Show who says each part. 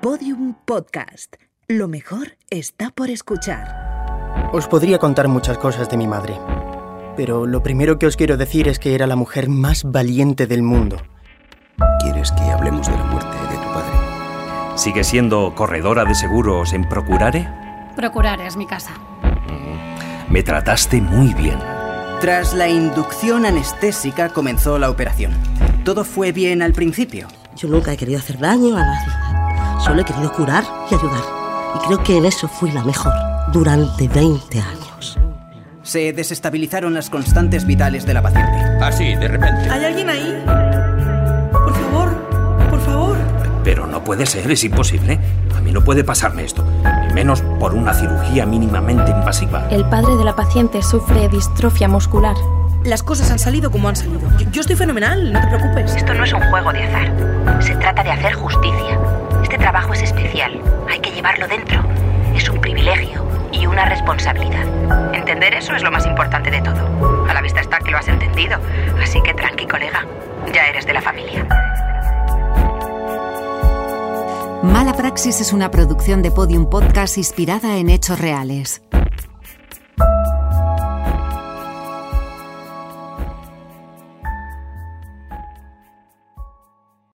Speaker 1: Podium Podcast. Lo mejor está por escuchar.
Speaker 2: Os podría contar muchas cosas de mi madre, pero lo primero que os quiero decir es que era la mujer más valiente del mundo.
Speaker 3: ¿Quieres que hablemos de la muerte de tu padre?
Speaker 4: ¿Sigue siendo corredora de seguros en Procurare? Mm.
Speaker 5: Procurar es mi casa.
Speaker 4: Me trataste muy bien.
Speaker 6: Tras la inducción anestésica comenzó la operación. Todo fue bien al principio.
Speaker 7: Yo nunca he querido hacer daño a nadie. Solo he querido curar y ayudar. Y creo que en eso fui la mejor durante 20 años.
Speaker 6: Se desestabilizaron las constantes vitales de la paciente.
Speaker 3: Así, de repente.
Speaker 8: ¿Hay alguien ahí? Por favor, por favor.
Speaker 4: Pero no puede ser, es imposible. A mí no puede pasarme esto, y menos por una cirugía mínimamente invasiva.
Speaker 9: El padre de la paciente sufre distrofia muscular.
Speaker 8: Las cosas han salido como han salido. Yo, yo estoy fenomenal, no te preocupes.
Speaker 10: Esto no es un juego de azar. Se trata de hacer justicia. Este trabajo es especial. Hay que llevarlo dentro. Es un privilegio y una responsabilidad. Entender eso es lo más importante de todo. A la vista está que lo has entendido. Así que tranqui, colega. Ya eres de la familia.
Speaker 11: Mala Praxis es una producción de Podium Podcast inspirada en hechos reales.